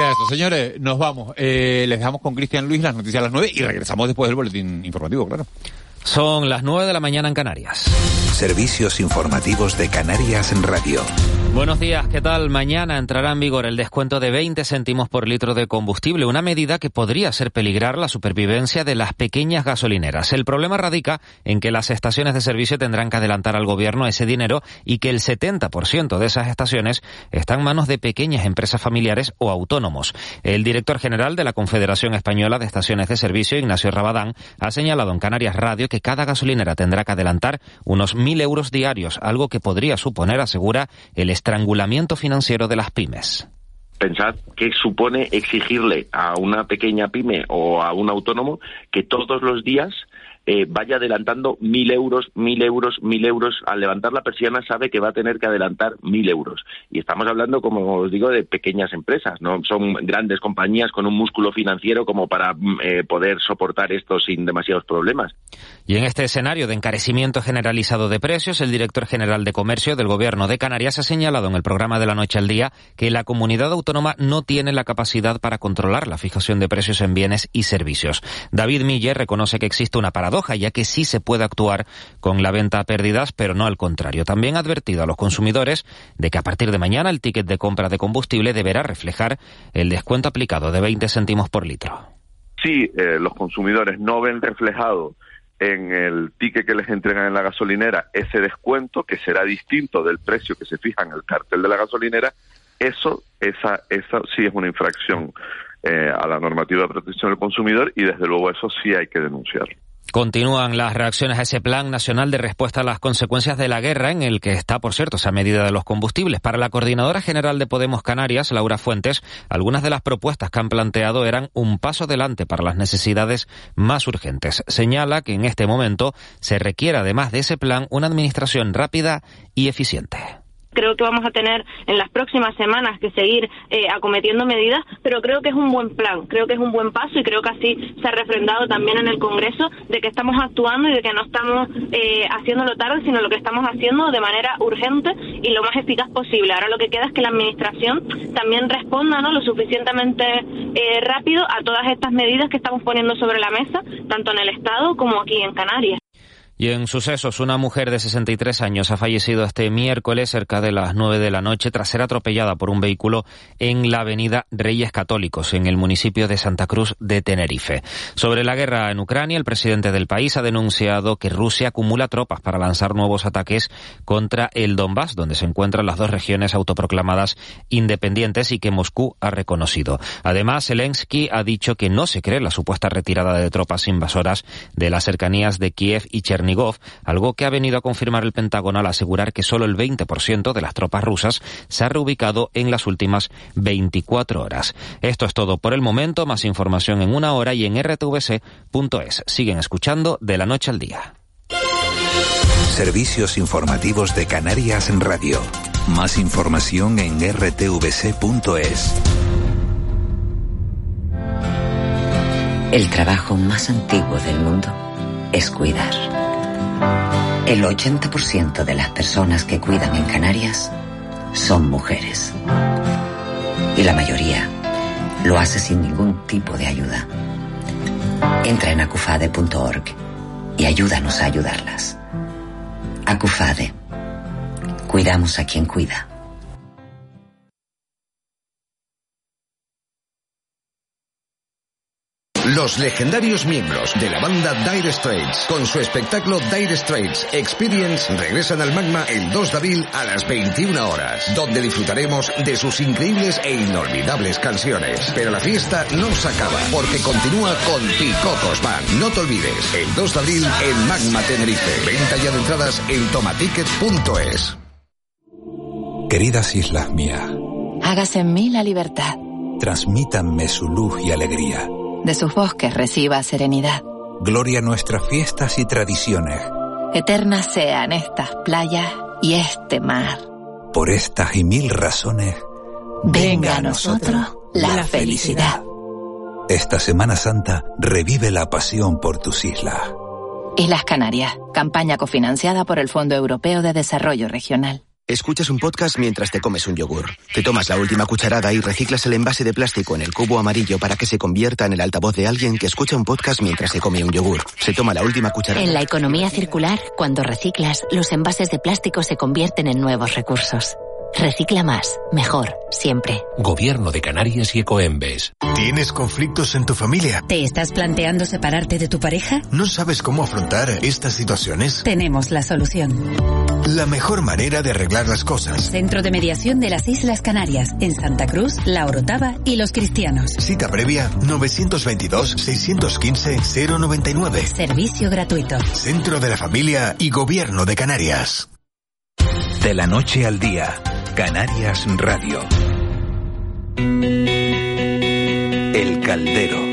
Eso, señores, nos vamos. Eh, les dejamos con Cristian Luis las noticias a las 9 y regresamos después del boletín informativo, claro. Son las 9 de la mañana en Canarias. Servicios informativos de Canarias en Radio. Buenos días, ¿qué tal? Mañana entrará en vigor el descuento de 20 céntimos por litro de combustible, una medida que podría hacer peligrar la supervivencia de las pequeñas gasolineras. El problema radica en que las estaciones de servicio tendrán que adelantar al gobierno ese dinero y que el 70% de esas estaciones están en manos de pequeñas empresas familiares o autónomos. El director general de la Confederación Española de Estaciones de Servicio, Ignacio Rabadán, ha señalado en Canarias Radio que cada gasolinera tendrá que adelantar unos 1.000 euros diarios, algo que podría suponer, asegura, el estrangulamiento financiero de las pymes. Pensad qué supone exigirle a una pequeña pyme o a un autónomo que todos los días eh, vaya adelantando mil euros, mil euros, mil euros. Al levantar la persiana sabe que va a tener que adelantar mil euros. Y estamos hablando, como os digo, de pequeñas empresas, no son grandes compañías con un músculo financiero como para eh, poder soportar esto sin demasiados problemas. Y en este escenario de encarecimiento generalizado de precios, el director general de Comercio del Gobierno de Canarias ha señalado en el programa de la noche al día que la comunidad autónoma no tiene la capacidad para controlar la fijación de precios en bienes y servicios. David Miller reconoce que existe una paradoja ya que sí se puede actuar con la venta a pérdidas, pero no al contrario. También ha advertido a los consumidores de que a partir de mañana el ticket de compra de combustible deberá reflejar el descuento aplicado de 20 céntimos por litro. Si eh, los consumidores no ven reflejado en el ticket que les entregan en la gasolinera ese descuento, que será distinto del precio que se fija en el cartel de la gasolinera, eso, esa, esa sí es una infracción eh, a la normativa de protección del consumidor y desde luego eso sí hay que denunciarlo. Continúan las reacciones a ese Plan Nacional de Respuesta a las Consecuencias de la Guerra, en el que está, por cierto, esa medida de los combustibles. Para la Coordinadora General de Podemos Canarias, Laura Fuentes, algunas de las propuestas que han planteado eran un paso adelante para las necesidades más urgentes. Señala que en este momento se requiere, además de ese plan, una administración rápida y eficiente creo que vamos a tener en las próximas semanas que seguir eh, acometiendo medidas, pero creo que es un buen plan, creo que es un buen paso y creo que así se ha refrendado también en el Congreso de que estamos actuando y de que no estamos eh, haciéndolo tarde, sino lo que estamos haciendo de manera urgente y lo más eficaz posible. Ahora lo que queda es que la Administración también responda ¿no? lo suficientemente eh, rápido a todas estas medidas que estamos poniendo sobre la mesa, tanto en el Estado como aquí en Canarias. Y en sucesos, una mujer de 63 años ha fallecido este miércoles cerca de las 9 de la noche tras ser atropellada por un vehículo en la avenida Reyes Católicos, en el municipio de Santa Cruz de Tenerife. Sobre la guerra en Ucrania, el presidente del país ha denunciado que Rusia acumula tropas para lanzar nuevos ataques contra el Donbass, donde se encuentran las dos regiones autoproclamadas independientes y que Moscú ha reconocido. Además, Zelensky ha dicho que no se cree la supuesta retirada de tropas invasoras de las cercanías de Kiev y Cherníhiv algo que ha venido a confirmar el Pentágono al asegurar que solo el 20% de las tropas rusas se ha reubicado en las últimas 24 horas. Esto es todo por el momento, más información en una hora y en rtvc.es. Siguen escuchando de la noche al día. Servicios informativos de Canarias en Radio. Más información en rtvc.es. El trabajo más antiguo del mundo es cuidar. El 80% de las personas que cuidan en Canarias son mujeres. Y la mayoría lo hace sin ningún tipo de ayuda. Entra en acufade.org y ayúdanos a ayudarlas. Acufade. Cuidamos a quien cuida. los legendarios miembros de la banda Dire Straits con su espectáculo Dire Straits Experience regresan al Magma el 2 de abril a las 21 horas, donde disfrutaremos de sus increíbles e inolvidables canciones. Pero la fiesta no se acaba porque continúa con Picocos Band. No te olvides, el 2 de abril en Magma Tenerife. Venta ya de entradas en tomaticket.es. Queridas islas mías, hágase en mí la libertad transmítanme su luz y alegría. De sus bosques reciba serenidad. Gloria a nuestras fiestas y tradiciones, Eternas sean estas playas y este mar. por estas y mil razones. Venga a nosotros la felicidad. Esta Semana Santa revive la pasión por tus islas. Islas Canarias, campaña cofinanciada por el Fondo Europeo de Desarrollo Regional. Escuchas un podcast mientras te comes un yogur. Te tomas la última cucharada y reciclas el envase de plástico en el cubo amarillo para que se convierta en el altavoz de alguien que escucha un podcast mientras se come un yogur. Se toma la última cucharada. En la economía circular, cuando reciclas, los envases de plástico se convierten en nuevos recursos. Recicla más, mejor, siempre. Gobierno de Canarias y Ecoembes. ¿Tienes conflictos en tu familia? ¿Te estás planteando separarte de tu pareja? ¿No sabes cómo afrontar estas situaciones? Tenemos la solución. La mejor manera de arreglar las cosas. Centro de Mediación de las Islas Canarias, en Santa Cruz, La Orotava y Los Cristianos. Cita previa 922-615-099. Servicio gratuito. Centro de la Familia y Gobierno de Canarias. De la noche al día, Canarias Radio. El Caldero.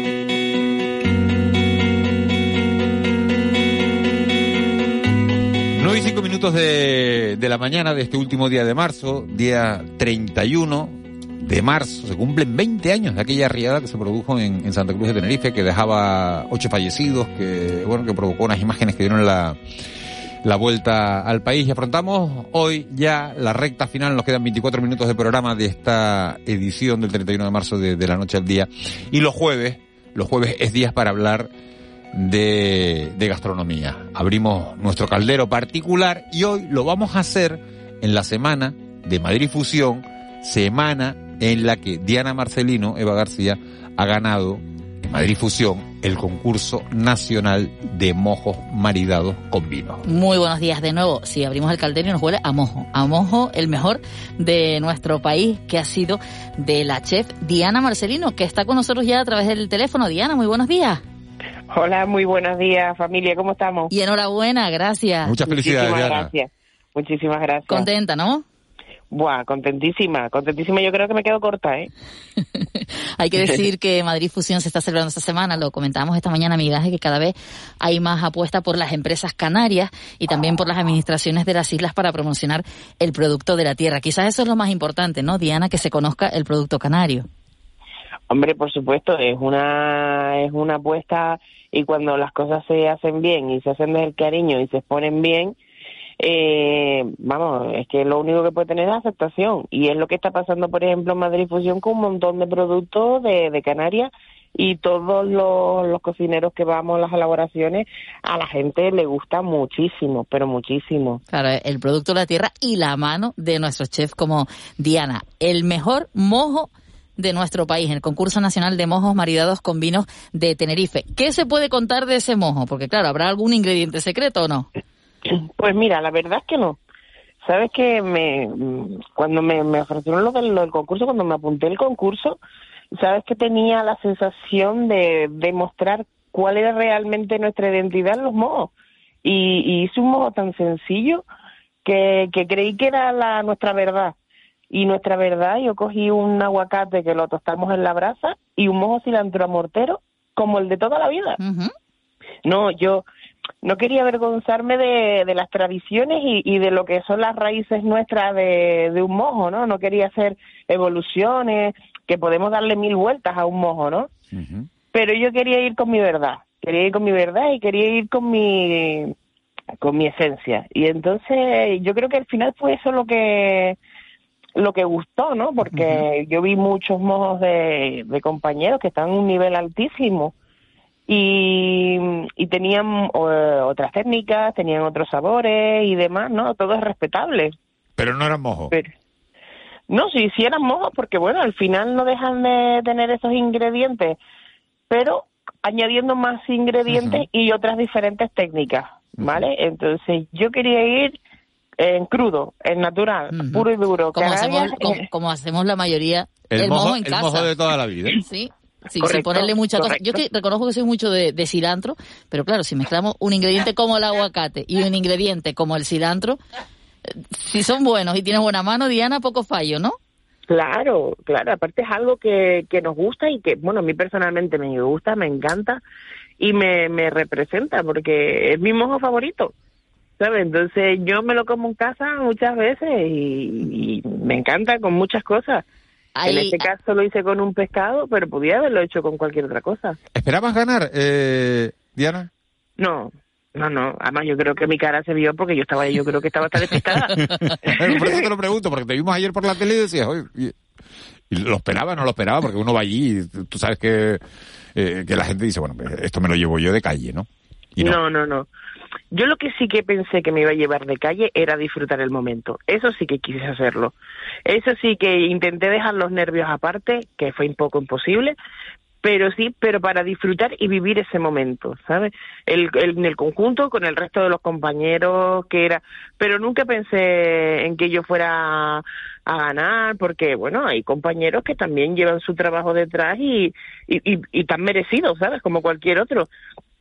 Nueve y cinco minutos de, de la mañana de este último día de marzo, día 31 de marzo. Se cumplen 20 años de aquella riada que se produjo en, en Santa Cruz de Tenerife, que dejaba ocho fallecidos, que, bueno, que provocó unas imágenes que dieron la, la vuelta al país. Y afrontamos hoy ya la recta final. Nos quedan 24 minutos de programa de esta edición del 31 de marzo de, de la noche al día. Y los jueves, los jueves es días para hablar de, de gastronomía. Abrimos nuestro caldero particular y hoy lo vamos a hacer en la semana de Madrid Fusión, semana en la que Diana Marcelino, Eva García, ha ganado en Madrid Fusión el concurso nacional de mojos maridados con vino. Muy buenos días de nuevo. Si abrimos el caldero y nos huele a mojo. A mojo, el mejor de nuestro país, que ha sido de la chef Diana Marcelino, que está con nosotros ya a través del teléfono. Diana, muy buenos días. Hola, muy buenos días, familia. ¿Cómo estamos? Y enhorabuena, gracias. Muchas felicidades, Muchísimas Diana. gracias. Muchísimas gracias. Contenta, ¿no? Buah, contentísima, contentísima. Yo creo que me quedo corta, ¿eh? Hay que decir que Madrid Fusión se está celebrando esta semana, lo comentábamos esta mañana, Migaje, que cada vez hay más apuesta por las empresas canarias y también por las administraciones de las islas para promocionar el producto de la tierra. Quizás eso es lo más importante, ¿no, Diana? Que se conozca el producto canario. Hombre, por supuesto, es una es una apuesta y cuando las cosas se hacen bien y se hacen desde el cariño y se ponen bien, eh, vamos, es que lo único que puede tener es aceptación y es lo que está pasando, por ejemplo, en Madrid Fusión con un montón de productos de, de Canarias y todos los, los cocineros que vamos a las elaboraciones, a la gente le gusta muchísimo, pero muchísimo. Claro, eh, el producto de la tierra y la mano de nuestros chefs como Diana, el mejor mojo de nuestro país, el concurso nacional de mojos maridados con vinos de Tenerife. ¿Qué se puede contar de ese mojo? Porque claro, ¿habrá algún ingrediente secreto o no? Pues mira, la verdad es que no. Sabes que me, mm, cuando me, me ofrecieron lo del, lo del concurso, cuando me apunté al concurso, sabes que tenía la sensación de demostrar cuál era realmente nuestra identidad en los mojos. Y, y hice un mojo tan sencillo que, que creí que era la, nuestra verdad. Y nuestra verdad, yo cogí un aguacate que lo tostamos en la brasa y un mojo cilantro a mortero como el de toda la vida. No, yo no quería avergonzarme de, de las tradiciones y, y de lo que son las raíces nuestras de, de un mojo, ¿no? No quería hacer evoluciones, que podemos darle mil vueltas a un mojo, ¿no? Pero yo quería ir con mi verdad, quería ir con mi verdad y quería ir con mi con mi esencia. Y entonces yo creo que al final fue eso lo que lo que gustó, ¿no? Porque yo vi muchos mojos de, de compañeros que están en un nivel altísimo y, y tenían eh, otras técnicas, tenían otros sabores y demás, ¿no? Todo es respetable. Pero no eran mojos. No, si hicieran mojos, porque bueno, al final no dejan de tener esos ingredientes, pero añadiendo más ingredientes y otras diferentes técnicas, ¿vale? Entonces yo quería ir en crudo, en natural, puro y duro. Como Canarias, hacemos, como, como hacemos la mayoría, El el, mojo- mojo, en el casa. mojo de toda la vida. Sí. Sí, sin Correcto, ponerle mucha cosa. Yo correcto. que reconozco que soy mucho de, de cilantro, pero claro, si mezclamos un ingrediente como el aguacate y un ingrediente como el cilantro, eh, si son buenos y tienes buena mano, Diana, poco fallo, ¿no? Claro, claro, aparte es algo que, que nos gusta y que, bueno, a mí personalmente me gusta, me encanta y me, me representa porque es mi mojo favorito, ¿sabes? Entonces yo me lo como en casa muchas veces y, y me encanta con muchas cosas. Ahí- en este caso lo hice con un pescado, pero podía haberlo hecho con cualquier otra cosa. ¿Esperabas ganar, eh, Diana? No, no, no. Además, yo creo que mi cara se vio porque yo estaba, yo creo que estaba tan despistada. por eso te lo pregunto, porque te vimos ayer por la tele y decías, "Oye, y, y lo esperaba, no lo esperaba, porque uno va allí y tú sabes que, eh, que la gente dice, bueno, pues, esto me lo llevo yo de calle, ¿no? Y no. no, no, Yo lo que sí que pensé que me iba a llevar de calle era disfrutar el momento. Eso sí que quise hacerlo. Eso sí que intenté dejar los nervios aparte, que fue un poco imposible, pero sí, pero para disfrutar y vivir ese momento, ¿sabes? El, el- en el conjunto con el resto de los compañeros que era, pero nunca pensé en que yo fuera a ganar, porque bueno, hay compañeros que también llevan su trabajo detrás y, y, y, y tan merecidos, ¿sabes? Como cualquier otro.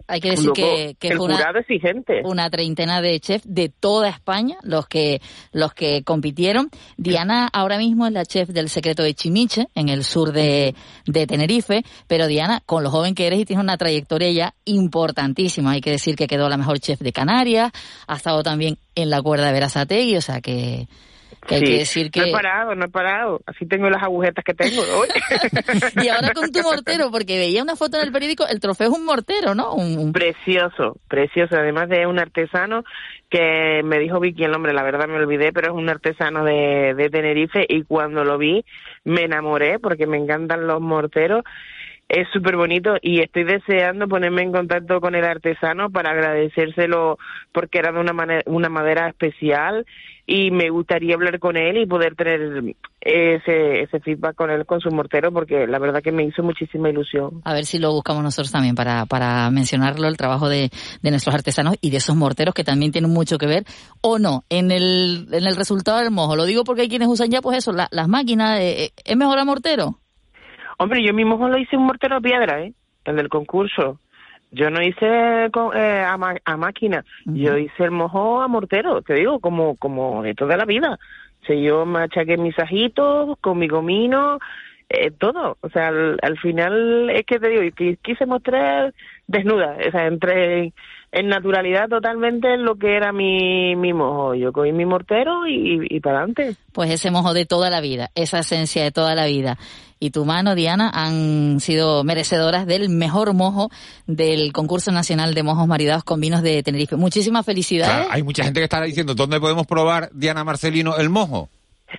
Hay que decir Luego, que, que el fue una- jurado exigente. una treintena de chefs de toda España, los que, los que compitieron. Diana ahora mismo es la chef del secreto de Chimiche, en el sur de, de Tenerife, pero Diana, con lo joven que eres y tienes una trayectoria ya importantísima, hay que decir que quedó la mejor chef de Canarias, ha estado también en la cuerda de Verazategui, o sea que, que hay Sí. que decir que... No he parado, no he parado. Así tengo las agujetas que tengo hoy. Y ahora con tu mortero, porque veía una foto en el periódico, el trofeo es un mortero, ¿no? Un, un- precioso, precioso. Además de un artesano que me dijo Vicky el nombre, la verdad me olvidé, pero es un artesano de, de Tenerife y cuando lo vi me enamoré porque me encantan los morteros. Es súper bonito y estoy deseando ponerme en contacto con el artesano para agradecérselo porque era de una, mane- una madera especial y me gustaría hablar con él y poder tener ese, ese feedback con él, con su mortero, porque la verdad que me hizo muchísima ilusión. A ver si lo buscamos nosotros también para, para mencionarlo, el trabajo de, de nuestros artesanos y de esos morteros que también tienen mucho que ver, o no, en el, en el resultado del mojo. Lo digo porque hay quienes usan ya, pues eso, la- las máquinas, eh, eh, ¿es mejor a mortero? Hombre, yo mismo lo hice un mortero a piedra, ¿eh? El del concurso. Yo no hice con- eh, a, ma- a máquina, yo hice el mojo a mortero, te digo, como, como de toda la vida. O sea, yo machaqué mis ajitos con mi gomino, eh, todo. O sea, al, al final es que te digo, qui- quise mostrar desnuda, o sea, entre en naturalidad totalmente lo que era mi, mi mojo. Yo cogí mi mortero y, y, para adelante. Pues ese mojo de toda la vida, esa esencia de toda la vida. Y tu mano, Diana, han sido merecedoras del mejor mojo del concurso nacional de mojos maridados con vinos de Tenerife. Muchísimas felicidades. Claro, hay mucha gente que está diciendo, ¿dónde podemos probar, Diana Marcelino, el mojo?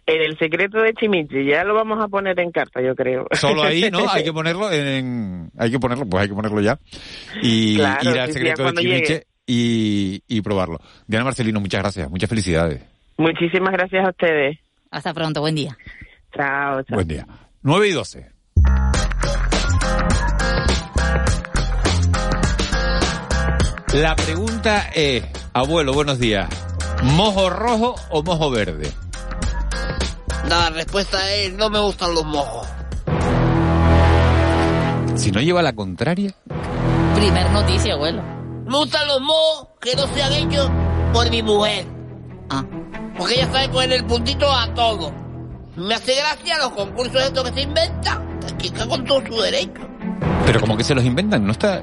En el secreto de Chimichi, ya lo vamos a poner en carta, yo creo. Solo ahí, ¿no? Hay que ponerlo en... Hay que ponerlo, pues hay que ponerlo ya. Y Claro, ir al sí, sí, secreto de cuando llegue. Chimiche y, y probarlo. Diana Marcelino, muchas gracias, muchas felicidades. Muchísimas gracias a ustedes. Hasta pronto, buen día. Chao, chao. Buen día. 9 y 12. La pregunta es, abuelo, buenos días. ¿Mojo rojo o mojo verde? La respuesta es no me gustan los mojos. Si no lleva la contraria, Primer noticia, abuelo. Me gustan los mojos que no sean hechos por mi mujer. Porque ella sabe poner el puntito a todo. Me hace gracia los concursos estos que se inventan. Aquí está con todo su derecho. pero como que se los inventan, ¿no está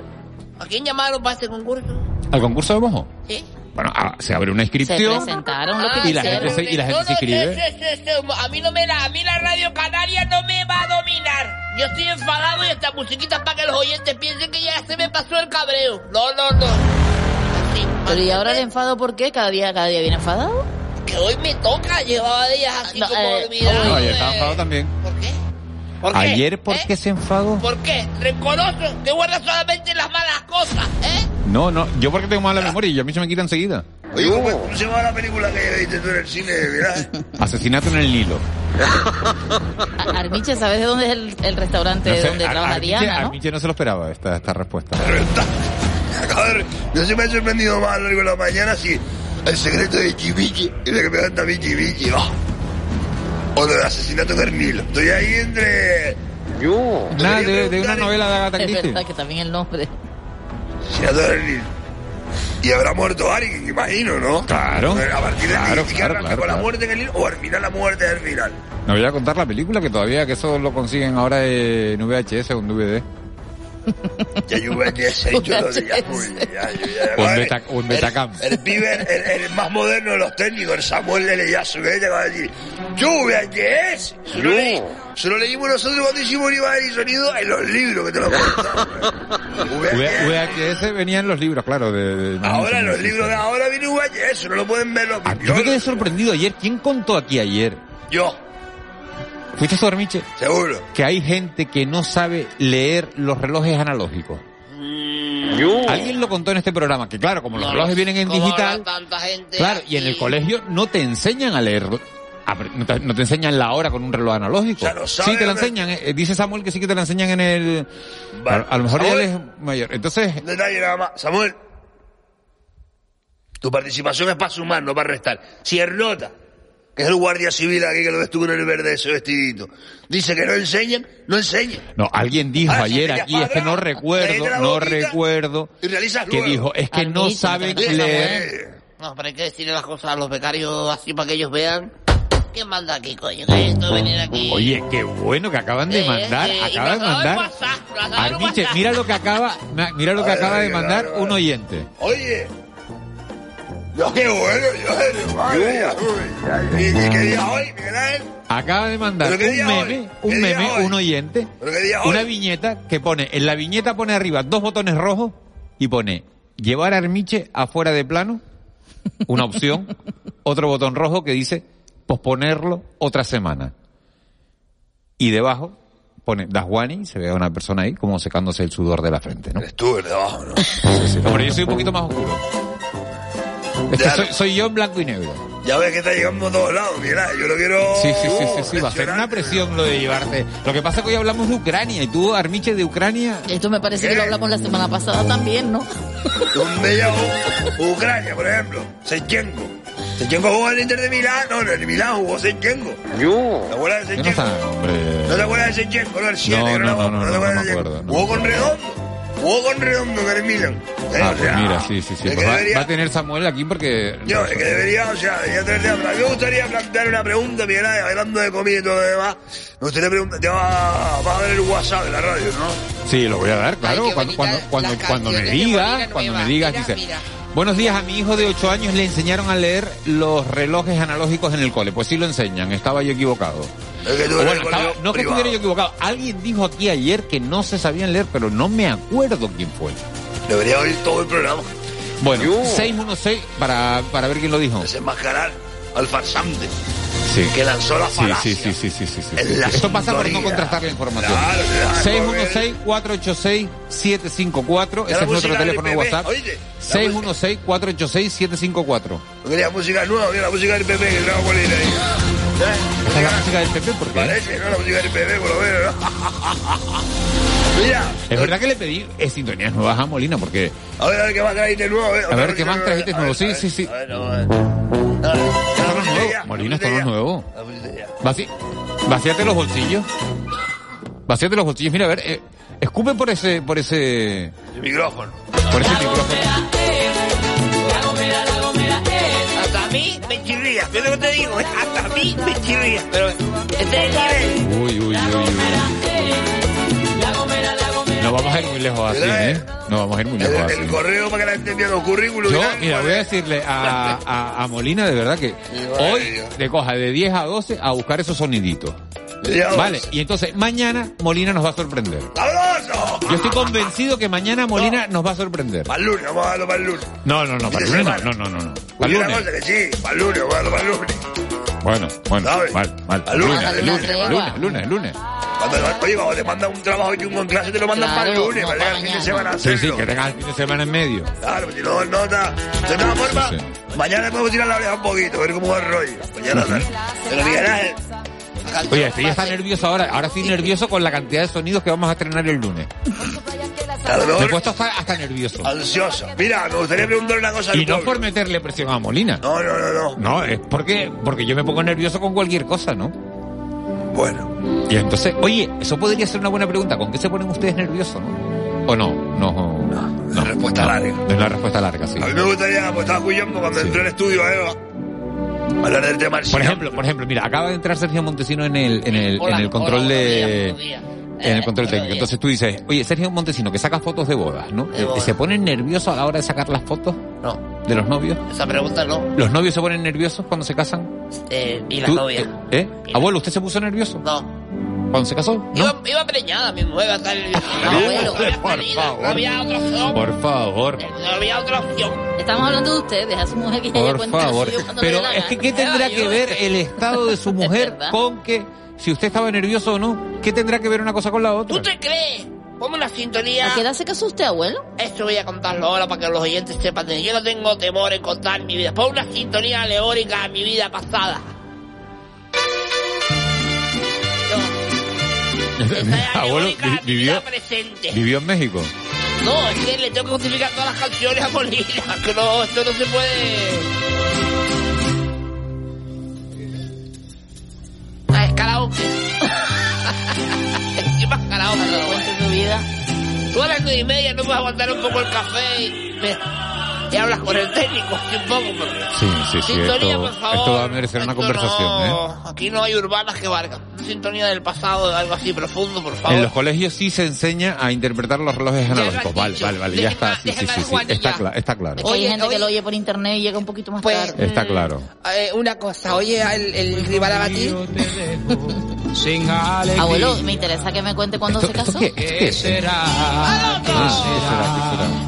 ¿A quién llamaron para este concurso? al concurso de mojo? Sí. Bueno, ah, se abre una Se inscripción. presentaron lo que Ah, y la gente se, y la gente se No, inscribe. no, eso, eso, eso. A mí no me la, a mí la radio canaria no me va a dominar. Yo estoy enfadado y esta musiquita es para que los oyentes piensen que ya se me pasó el cabreo. No, no, no. Pero ¿y ahora el enfado por qué? ¿Cada día, cada día viene enfadado? Que hoy me toca, llevaba días así No, como eh, olvidado. No, ayer eh. estaba enfadado también. ¿Por qué? ¿Ayer por qué se enfadó? ¿Por qué? Rencoroso, que guarda solamente las malas cosas, ¿eh? No, no, yo porque tengo mala memoria y a mí se me quita enseguida. Oye, ¿cómo, cómo pues, se llama la película que viste tú en el cine, verdad? Asesinato en el Nilo. A- Armiche, ¿sabes de dónde es el, el restaurante No sé, donde a- trabaja a Miche- Diana, a no? Miche no se lo esperaba esta, esta respuesta. Joder, yo se me he sorprendido más a lo largo de la mañana si el secreto de Chivichi es lo que me encanta a mí Chivichi, oh. O lo del asesinato del Nilo. Estoy ahí entre... Yo. Nada, de, de una novela de Agatha Es Christie. verdad que también el nombre. Asesinato del Nilo. Y habrá muerto alguien, imagino, ¿no? Claro. A partir de Claro, ahí, sí que claro, claro, arranca con la claro. muerte del Nilo o al final la muerte del final. No voy a contar la película que todavía que eso lo consiguen ahora en VHS o en DVD. Ya yo venía ese hecho lo de Yacuy, ya, yo ya- O en, madre, Beta- o en Betacam. El pibe, el, el- el más moderno de los técnicos, el Samuel L. Yasube, te va a decir, lluvia, ¿qué es? Se lo, leí- se lo leímos nosotros cuando hicimos Ibar y Sonido en los libros que te lo contamos. VHS venían los libros, claro. De, de- Ah, Ahora los libros de ahora viene VHS, no lo pueden ver los Yo me quedé sorprendido ayer. ¿Quién contó aquí ayer? Yo. ¿Fuiste Sormiche? Seguro. Que hay gente que no sabe leer los relojes analógicos. Alguien lo contó en este programa, que claro, como los relojes vienen en ¿Cómo habrá digital, tanta gente claro, y en el colegio no te enseñan a leer, a ver, no te, no te enseñan la hora con un reloj analógico. sí, te la enseñan, eh, eh, dice Samuel que sí que te la enseñan en el... a, a lo mejor ya Samuel. él es mayor. Entonces, Un detalle nada más. Samuel, tu participación es para sumar, no para restar. Ciernota, que es el guardia civil aquí que lo ves tú con el verde ese vestidito, dice que no enseñan, no enseñan. No, alguien dijo Ah, ayer sí, aquí, es que no recuerdo, Leíte la no boquita recuerdo, y realizas que luego. dijo, es que no saben leer. No, pero hay que decirle las cosas a los becarios así para que ellos vean. ¿Quién manda aquí, coño? ¿Qué es esto de venir aquí? Oye, qué bueno que acaban de mandar, eh, y acaban de me acaba de mandar. pasar, me acaba de Arniche, pasar. mira lo que acaba, ma- mira lo que Ay, acaba de ay, mandar ay, ay. un oyente. Oye, yo qué bueno, yo eh, qué bueno. Y, y qué día hoy, Miguel Ángel. Acaba de mandar un ¿Pero qué día hoy? meme, ¿Qué un día meme, hoy? un oyente, ¿Pero qué día hoy? una viñeta que pone, en la viñeta pone arriba dos botones rojos y pone llevar a Armiche afuera de plano, una opción, otro botón rojo que dice posponerlo otra semana. Y debajo pone Daswani, se ve a una persona ahí como secándose el sudor de la frente, ¿no? Tú el de abajo, ¿no? Hombre, yo soy un poquito más oscuro. Es que soy, soy yo en blanco y negro. Ya ves que está llegando a todos lados, Miguel Ángel, yo lo quiero... Sí, sí, sí, sí, sí, va a ser una presión lo de llevarte. Lo que pasa es que hoy hablamos de Ucrania y tú, Armiche, de Ucrania. Esto me parece que lo hablamos la semana pasada también, ¿no? ¿Dónde llegó Ucrania, por ejemplo? Sechenko. Sechenko jugó en el Inter de Milán. No, en el Milán jugó Sechenko. Yo. ¿Te acuerdas de Yo no Sechenko? sabe, hombre. ¿No te acuerdas de Sechenko? No, el 7. No, que no, era- no, no, no, te no acuerdas de me Sechenko? acuerdo, no. Jugó con Redondo. Jugó con Redondo en el Milán. Eh, Ah, o pues sea, mira, sí, sí, sí. es Pues que va, debería- va a tener Samuel aquí porque... Yo, es que debería, o sea, debería tener hambre. A mí me gustaría plantear una pregunta, Miguel Ángel, hablando de comida y todo lo demás. Me gustaría preguntar, te vas, vas a ver el WhatsApp de la radio, ¿no? Sí, lo voy a dar, claro. Cuando, cuando, cuando, cuando me diga, cuando me digas, dice... Buenos días, a mi hijo de 8 años le enseñaron a leer los relojes analógicos en el cole. Pues sí lo enseñan, estaba yo equivocado. Es que tú O eres bueno, el estaba- colegio no es que privado. estuviera yo equivocado. Alguien dijo aquí ayer que no se sabían leer, pero no me acuerdo quién fue. Debería oír todo el programa. Bueno, Yo. 616 para, para ver quién lo dijo. Desenmascarar al farsante Sí. que lanzó la Sí, falacia. sí, sí, sí, sí, sí, sí. En la Esto pasa por no sintonía. contrastar la información. Claro, claro, 616-486-754. Ya Ese la es nuestro música del teléfono de PP, WhatsApp. oíste, la 616-486-754. No quería música nueva, mira la música del PP que trajo cuál era ahí. ¿Eh? Esta es la música del PP porque... Parece, ¿no? La música del PP, por lo menos, ¿no? mira, Es verdad que le pedí eh, sintonías nuevas a Molina porque... a ver, a ver qué más trajiste nuevo. eh. A ver, ¿qué música más nueva, trajiste a ver, nuevo? a Sí, ver, sí, sí. a ver, no, a ver. Esto no es nuevo. Molina, esto no es nuevo. Vaci- Vacíate los bolsillos. Vacíate los bolsillos. Mira, a ver, eh, escupe por ese... Por ese... El micrófono. Por ese micrófono. Hasta a mí me chirría. Yo lo que te digo, hasta a mí me chirría. Pero este es el Uy, nivel. uy, uy, uy. No vamos a ir muy lejos así, ¿eh? No vamos a ir muy lejos así. El correo para que la gente envíe los currículos. Yo, mira. mira, voy a decirle a, a- a Molina de verdad que hoy le coja de 10 a 12 a buscar esos soniditos. De 12. Vale, y entonces mañana Molina nos va a sorprender. ¡Sabroso! Yo estoy convencido que mañana Molina nos va a sorprender. Para el lunes, vamos a darlo para el lunes. No, no, no, para el lunes no, no, no, no. no. Para el Oye, una lunes. cosa que sí, para el lunes, vamos a darlo para el lunes. Bueno, bueno, ¿Sabes? mal, mal. Al lunes, Lunes, lunes, al lunes, lunes, lunes, lunes. Cuando, oye, cuando te mandan un trabajo chungo en clase, te lo mandan para el Claro, lunes, no, para para que el fin de mañana. semana Sí, sí, hacerlo. que tengas el fin de semana en medio. Claro, pues si no, nota. De todas formas, Sí. mañana podemos tirar la oreja un poquito, a ver cómo va el rollo. Mañana tal. Pero Miguel Ángel, Oye, estoy ya está nervioso ahora. Ahora estoy nervioso con la cantidad de sonidos que vamos a estrenar el lunes. a Me lo he mejor puesto hasta, hasta nervioso. ansioso. Mira, me gustaría preguntar una cosa al Y no pueblo. por meterle presión a Molina. No, no, no, no. No, es porque, porque yo me pongo nervioso con cualquier cosa, ¿no? Bueno. Y entonces, oye, eso podría ser una buena pregunta. ¿Con qué se ponen ustedes nerviosos, no? ¿O no? No. No, no respuesta larga. Es una respuesta larga, sí. A mí me gustaría, pues estaba cuyando cuando entré al estudio, Eva. Hablar del tema del Por ejemplo, por ejemplo, mira, acaba de entrar Sergio Montesino en el, en el, en Hola, el control hola, buenos días, de. buenos días. En el Eh, control técnico. Entonces tú dices, oye, Sergio Montesino, que saca fotos de bodas, ¿no? De Eh, bodas. ¿Se pone nervioso a la hora de sacar las fotos No, de los novios? esa pregunta no. ¿Los novios se ponen nerviosos cuando se casan? Eh, y la Tú, novia. ¿Eh? ¿eh? Abuelo, ¿usted se puso nervioso? No. ¿Cuando se casó? No. Iba, iba preñada, mi mujer va a estar Abuelo, no, por favor. No había otra opción. Eh, Por favor. No había otra opción. Estamos hablando de usted, deja a su mujer que ella Por cuente lo favor. suyo cuando le Pero dé la es que, gana. ¿qué tendrá que ver el estado de su mujer verdad. con que, si usted estaba nervioso o no, qué tendrá que ver una cosa con la otra? ¿Tú te crees? Ponme una sintonía. ¿A qué edad se casó usted, abuelo? Esto voy a contarlo ahora para que los oyentes sepan. de- Yo no tengo temor en contar mi vida. Pon una sintonía aleórica a mi vida pasada. Abuelo Aleórica vi- a mi vivió, vida presente. vivió en México. No, es que le tengo que justificar todas las canciones a Molina. Que no, esto no se puede. Ah, es karaoke. Encima es karaoke, pero bueno. Tu vida. Tú a las nueve y media no puedes aguantar un poco el café y, me- y hablas con el técnico así un poco. Porque... Sí, sí, sí. Sintonía, Esto, por favor. esto va a merecer una conversación. ¿eh? No, aquí no hay urbanas que valgan. Una Sintonía del pasado, algo así profundo, por favor. En los colegios sí se enseña a interpretar los relojes analógicos. Vale, vale, vale. Ya está. Sí, sí, sí. sí. Está, cla- está claro. Es que hay gente que lo oye por internet y llega un poquito más tarde. Está claro. Pues, Eh, una cosa, oye, el, el rival a batir. Abuelo, me interesa que me cuente cuándo se casó. ¿Qué será? Ah, ¿qué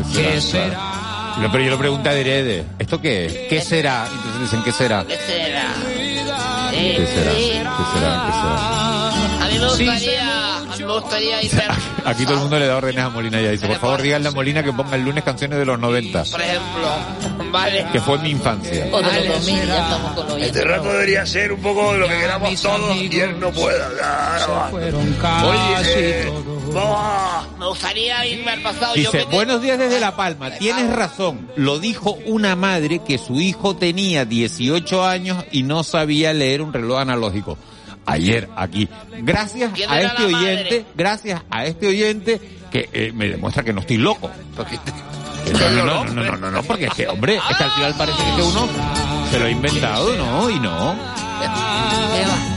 será? ¿Qué será? ¿Qué será? Claro. Lo- Pero yo lo pregunto a Derede. ¿Esto qué es? ¿Qué será? Entonces dicen, ¿qué será? ¿Qué será? ¿Qué Eh, será? ¿Qué sí. será? ¿Qué será? A mí me gustaría, a mí me gustaría inter- Aquí todo el mundo le da órdenes a Molina ya. Dice, por favor, díganle a Molina que ponga el lunes canciones de los 90, por ejemplo, vale. que fue mi infancia. O de los 2000, ya estamos con los Este rato debería ser un poco de lo que queramos todos y él no pueda. Ah, no. Oye, eh, vamos a... Me gustaría irme al pasado. yo Dice, me- buenos días desde La Palma, tienes razón. Lo dijo una madre que su hijo tenía 18 años y no sabía leer un reloj analógico. Ayer aquí. Gracias ¿Quién a era este la madre? oyente, gracias a este oyente que eh, me demuestra que no estoy loco. Porque- No, no, no, no, no, no, no, porque es que, hombre, es que al final parece que uno se lo ha inventado, ¿no? Y no.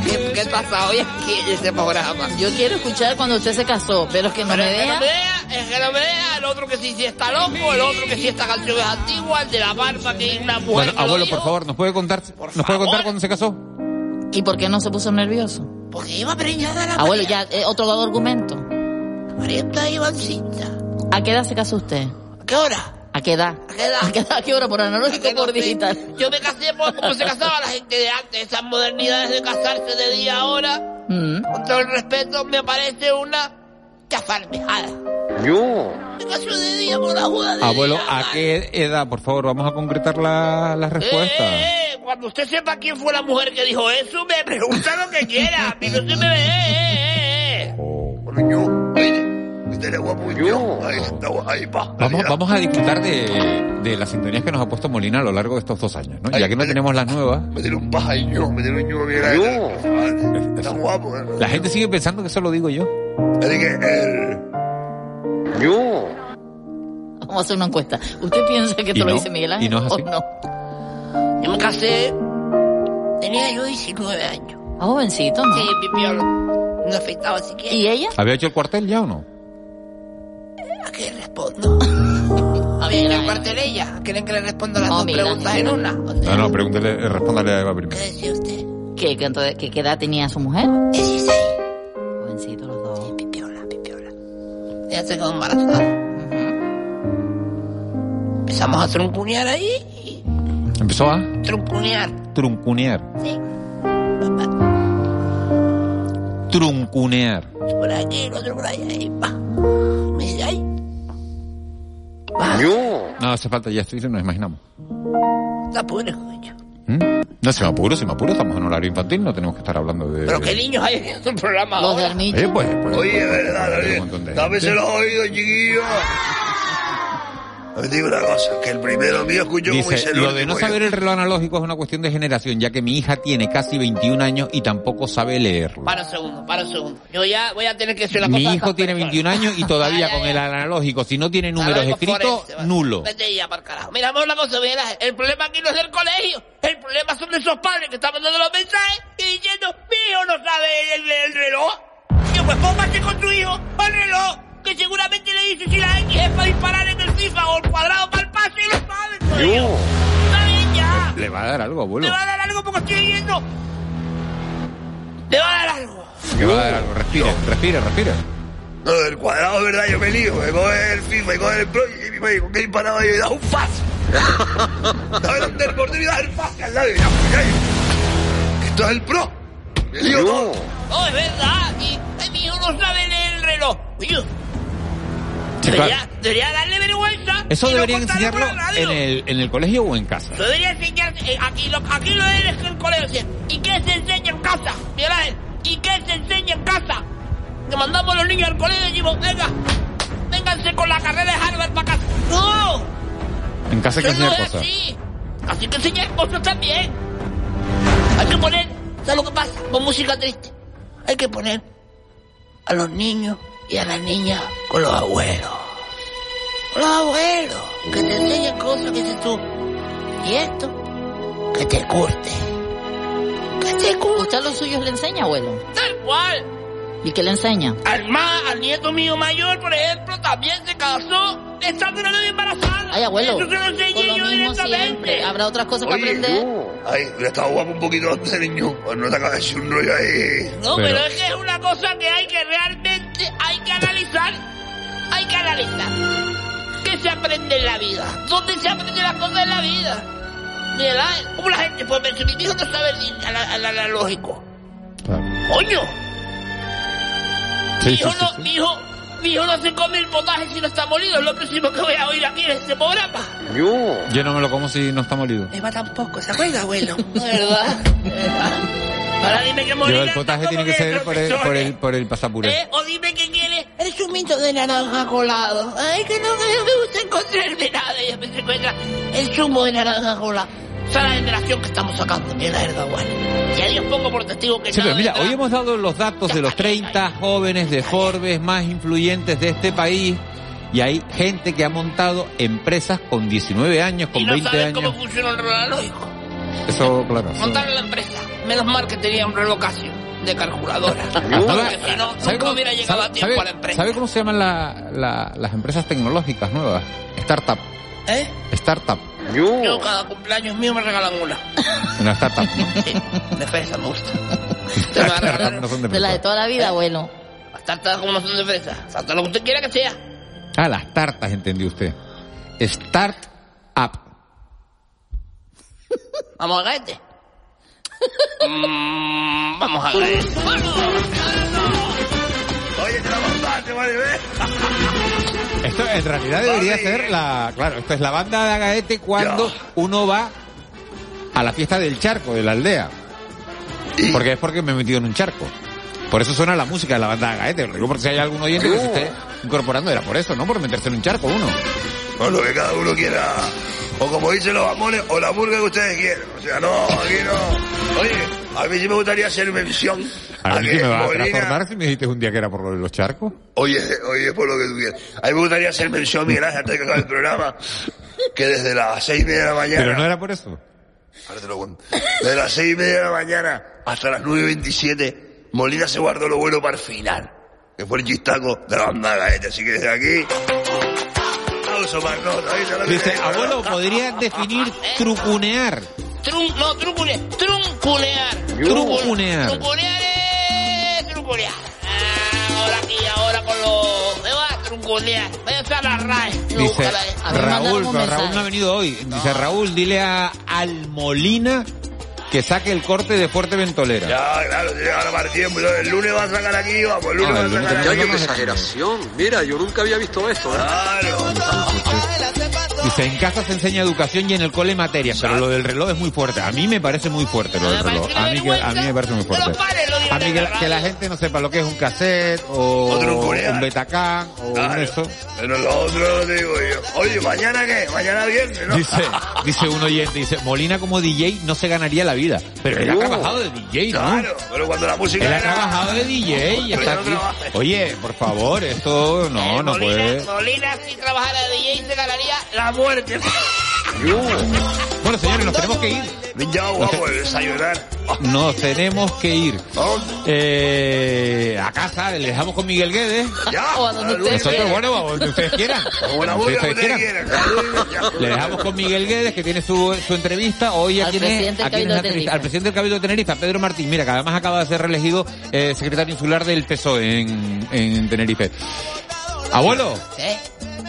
¿Qué, qué pasa hoy aquí en este programa? Yo quiero escuchar cuando usted se casó, pero que no Pero me el que no vea. me vea, el que no me vea, el otro que sí, sí está loco, el otro que sí esta canción es antigua, el de la barba que es una mujer. Bueno, que lo abuelo, dijo, por favor, ¿nos puede contar, ¿nos puede contar cuándo se casó? ¿Y por qué no se puso nervioso? Porque iba preñada la Abuelo, ya, eh, otro argumento. Marieta Ivancita. ¿A qué edad se casó usted? ¿A qué hora? ¿A qué edad? ¿A qué edad? ¿A qué edad? ¿A qué hora? ¿Por analógico o por Sí, digital? Yo me casé por como se casaba la gente de antes, esas modernidades de casarse de día a hora. Mm. Con todo el respeto, me parece una chafarmejada. Yo. Me caso de día por la boda de Abuelo, día. ¿a qué edad? Por favor, vamos a concretar la, la respuesta. Eh, cuando usted sepa quién fue la mujer que dijo eso, me pregunta lo que quiera. A mí no se me ve. Eh, eh, eh. Oh. Este era guapo yo. Ahí está, guapo, ahí va. Vamos, vamos a disfrutar de, de las sintonías que nos ha puesto Molina a lo largo de estos dos años, ¿no? Ya que no tenemos las nuevas. Meter un paja y yo, meter un yo bien ahí. Vale, Está guapo. ¿eh? La gente sigue pensando que eso lo digo yo. Así que eh. el... Yo. Vamos a hacer una encuesta. ¿Usted piensa que Y esto lo no, dice Miguel Ángel y no es o así. no? Yo me casé, tenía yo 19 años. Ah, jovencito, ¿no? Sí, pipiolo. No afectaba siquiera. ¿Y ella? ¿Había hecho el cuartel ya o no? ¿A qué respondo? A ver, eh. la parte de ella. ¿Quieren que le responda las No, dos mira, preguntas en mira. una? No, no, pregúntale, eh, respóndale a Eva primero. ¿Qué, qué, entonces, qué, qué edad tenía su mujer? 16. Jovencito los dos. Ya se quedó embarazada. Empezamos a truncunear ahí. Empezó a Truncunear. truncunear. Sí. Truncunear. Por aquí, el otro por allá. Y pa. Me dice, ay, No hace falta, ya estoy, nos imaginamos. está bueno, coño. ¿Mm? No, se me apuro, se me apuro, estamos en horario infantil, no tenemos que estar hablando de... Pero qué niños hay en el programa Los de ahora. Armicho. Eh, pues, pues, Oye, pues, verdad, hay un oye. montón de Tápese gente. los oídos, chiquillo. Te digo una cosa, que el primero mío escuchó como Dice, hice el lo de último, no yo- saber el reloj analógico es una cuestión de generación, ya que mi hija tiene casi 21 años y tampoco sabe leerlo. Para un segundo, para un segundo. Yo ya voy a tener que decir una Mi cosa. a hijo estas tiene personas. 21 años y todavía Ya, ya, con el analógico, si no tiene números Analógico escritos, forense, vale. nulo. este, Vete ya, para el carajo. Mira, vamos a una cosa, Miguel Ángel. El problema aquí no es el colegio. El problema son esos padres que están mandando los mensajes y diciendo, mi hijo no sabe el, el reloj. Yo, pues póngase con tu hijo al reloj, que seguramente le dice si la X es para disparar en el FIFA o el cuadrado para el pase y lo sabe. coño. Está bien ya. Le va a dar algo, abuelo. Te va a dar algo porque estoy viendo. Te va a dar algo. Le va a dar algo. Respira, respira, respira. No, del cuadrado, verdad, yo me lío. Me coge el FIFA, me coge el Pro y mi país, ¿con qué disparaba yo? Y da un faz. ¿Sabes dónde el portero iba a dar el faz? Al lado, y yo, "Ay, Esto es el Pro. Me lío todo. No, es verdad. Y ay, mi hijo no sabe leer el reloj. Oye, debería, debería darle vergüenza. Eso y no debería contarlo por enseñarlo la radio. en el, en el colegio o en casa. Lo debería enseñar eh, aquí, lo, aquí lo eres en el colegio. ¿Y qué se enseña en casa, Miguel Ángel? ¿Y qué se enseña en casa? Que mandamos a los niños al colegio y decimos, venga, vénganse con la carrera de Harvard para casa. ¡No! En casa hay que Eso no enseñar es cosas. así. Así que enseñar cosas también. Hay que poner, ¿sabes lo que pasa? Con música triste. Hay que poner a los niños y a las niñas con los abuelos. Con los abuelos. Que te enseñen cosas que dices tú. Y esto, que te curte. Que te curte. ¿Usted a los suyos le enseña, abuelo? Tal cual. ¿Y qué le enseña? Al ma- al nieto mío mayor, por ejemplo, también se casó estando una novia embarazada. Ay, abuelo. Eso se lo enseñé por lo yo mismo directamente. siempre. Habrá otras cosas Oye, que aprender. Ay, hubiera estado guapo un poquito antes, niño. Pues No te acabes un rollo ahí. No, pero... es que es una cosa que hay que realmente, hay que analizar, hay que analizar. ¿Qué se aprende en la vida? ¿Dónde se aprende las cosas en la vida? Miguel Ángel, ¿Cómo la gente puede pensar? Mi hijo no sabe el ana- el analógico. ¡Coño! mi, hijo no, mi hijo- mi hijo no se come el potaje si no está molido. Es lo próximo que voy a oír aquí en este programa. Yo no me lo como si no está molido. Eva tampoco, ¿se acuerda, abuelo? De verdad. Ahora dime que Yo, el morirá. potaje tiene que ser por el, por el, por el pasapuré. ¿Eh? O dime que quieres el chumito de naranja colado. Ay, que no que no me gusta encontrarme nada. Y después se encuentra el zumo de naranja colado. Esa es la generación que estamos sacando, mierda, es igual. Y a Dios pongo por testigo que Sí, pero nada mira, vendrá. hoy hemos dado los datos de los 30 jóvenes de Forbes más influyentes de este país y hay gente que ha montado empresas con 19 años, con y no 20 saben años. cómo funciona el reloj analógico. Eso, claro. eso- Montaron la empresa. Menos mal que tenía un reloj Casio de calculadora. Porque si no, ¿Sabe nunca cómo- hubiera llegado a sabe- tiempo sabe- a la empresa. sabe cómo se llaman la- la- las empresas tecnológicas nuevas? Startup. ¿Eh? Startup. Uh. Yo cada cumpleaños mío me regalan una. Una startup. Defensa, me gusta. ¿Eh? No son de De la de empresa. toda la vida, abuelo. Tartas como no son de fresa. Salta lo que usted quiera que sea. Ah, las tartas, entendió usted. Startup. Vamos a caerte. Mm, vamos a caerte. Oye, te la mandaste, vale, ve. Esto en realidad debería ser la. Claro, esto es la banda de Agaete cuando uno va a la fiesta del charco, de la aldea. Porque es porque me he metido en un charco. Por eso suena la música de la banda de Agaete. Lo digo porque si hay algún oyente Uh. que se esté incorporando, era por eso, no por meterse en un charco uno. Bueno, que cada uno quiera. O como dicen los amores, o la burga que ustedes quieran. O sea, no, aquí no. Oye, a mí sí me gustaría hacer mención. A mí que que me va a Molina- transformar si me dijiste un día que era por lo de los charcos. Oye, oye, por lo que tú quieras. A mí me gustaría hacer mención, Miguel Ángel, antes de que acabe el programa, que desde las seis y media de la mañana... Pero no era por eso. Ahora te lo cuento. Desde las seis y media de la mañana hasta las nueve y veintisiete, Molina se guardó lo bueno para el final, que fue el chistaco de la banda de Gaete. Así que desde aquí... Aplauso, Marnota, ¿viste lo que Dice, te digo, abuelo, no? ¿podrías definir trucunear? Trun, no, truncune, truncunear. Truncunear. Truncunear es truncunear. Ah, ahora aquí, ahora con los... Me va a truncunear. Vaya a usar la RAE. No, Dice búscala, eh. Raúl, pero Raúl no ha venido hoy. Dice Raúl, dile a Almolina que saque el corte de Fuerte Ventolera. Ya, claro, sí, ahora partido, pues, el lunes va a sacar aquí, vamos, el lunes Ah, va el a lunes sacar también. aquí. Qué exageración. Mira, yo nunca había visto esto. ¿eh? Dice, en casa se enseña educación y en el cole Ah, materia, pero lo del reloj es muy fuerte. A mí me parece muy fuerte lo del reloj. A mí, que- a mí me parece muy fuerte. A a mí que, la- que la gente no sepa lo que es un cassette o Otro coreano. un betacán o un eso. Pero lo otro lo digo yo. Oye, ¿mañana qué? Mañana viernes, ¿no? Dice, dice un oyente, dice, Molina como DJ no se ganaría la vida. Pero él ha Uh, trabajado de DJ, ¿no? Claro, pero cuando la música Él ha era- trabajado de DJ y Pero está yo no aquí. trabajo. Eh, Oye, por favor, esto no, no puede. Molina, si trabajara de DJ, se ganaría la muerte. Bueno, señores, nos tenemos que ir. Ya, guapo, el desayunar. Nos tenemos que ir. Eh, a casa, les dejamos con Miguel Guedes. Ya. O a donde ustedes Nosotros, quieran. bueno, a donde ustedes quieran. Como la Donde burla que ustedes ustedes quieran. quieran. cabrón, ya. Le dejamos con Miguel Guedes, que tiene su, su entrevista hoy a Al quién es? presidente del ¿A quién Cabildo es la de Tenerife. entrevista? al presidente del Cabildo de Tenerife, a Pedro Martín, mira, que además acaba de ser reelegido eh, secretario insular del PSOE E en, en Tenerife. Abuelo, ¿Eh?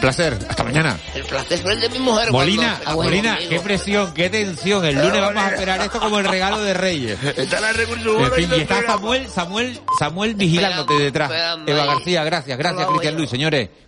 placer, hasta mañana. El placer fue el de mi mujer. Molina, cuando se Molina, casó qué conmigo. presión, qué tensión. El lunes vamos a esperar esto como el regalo de Reyes. Está la recursos En humanos fin, y y el está programa. Samuel, Samuel, Samuel vigilándote detrás. esperando Eva ahí. García, gracias, gracias, Cristian Luis, señores.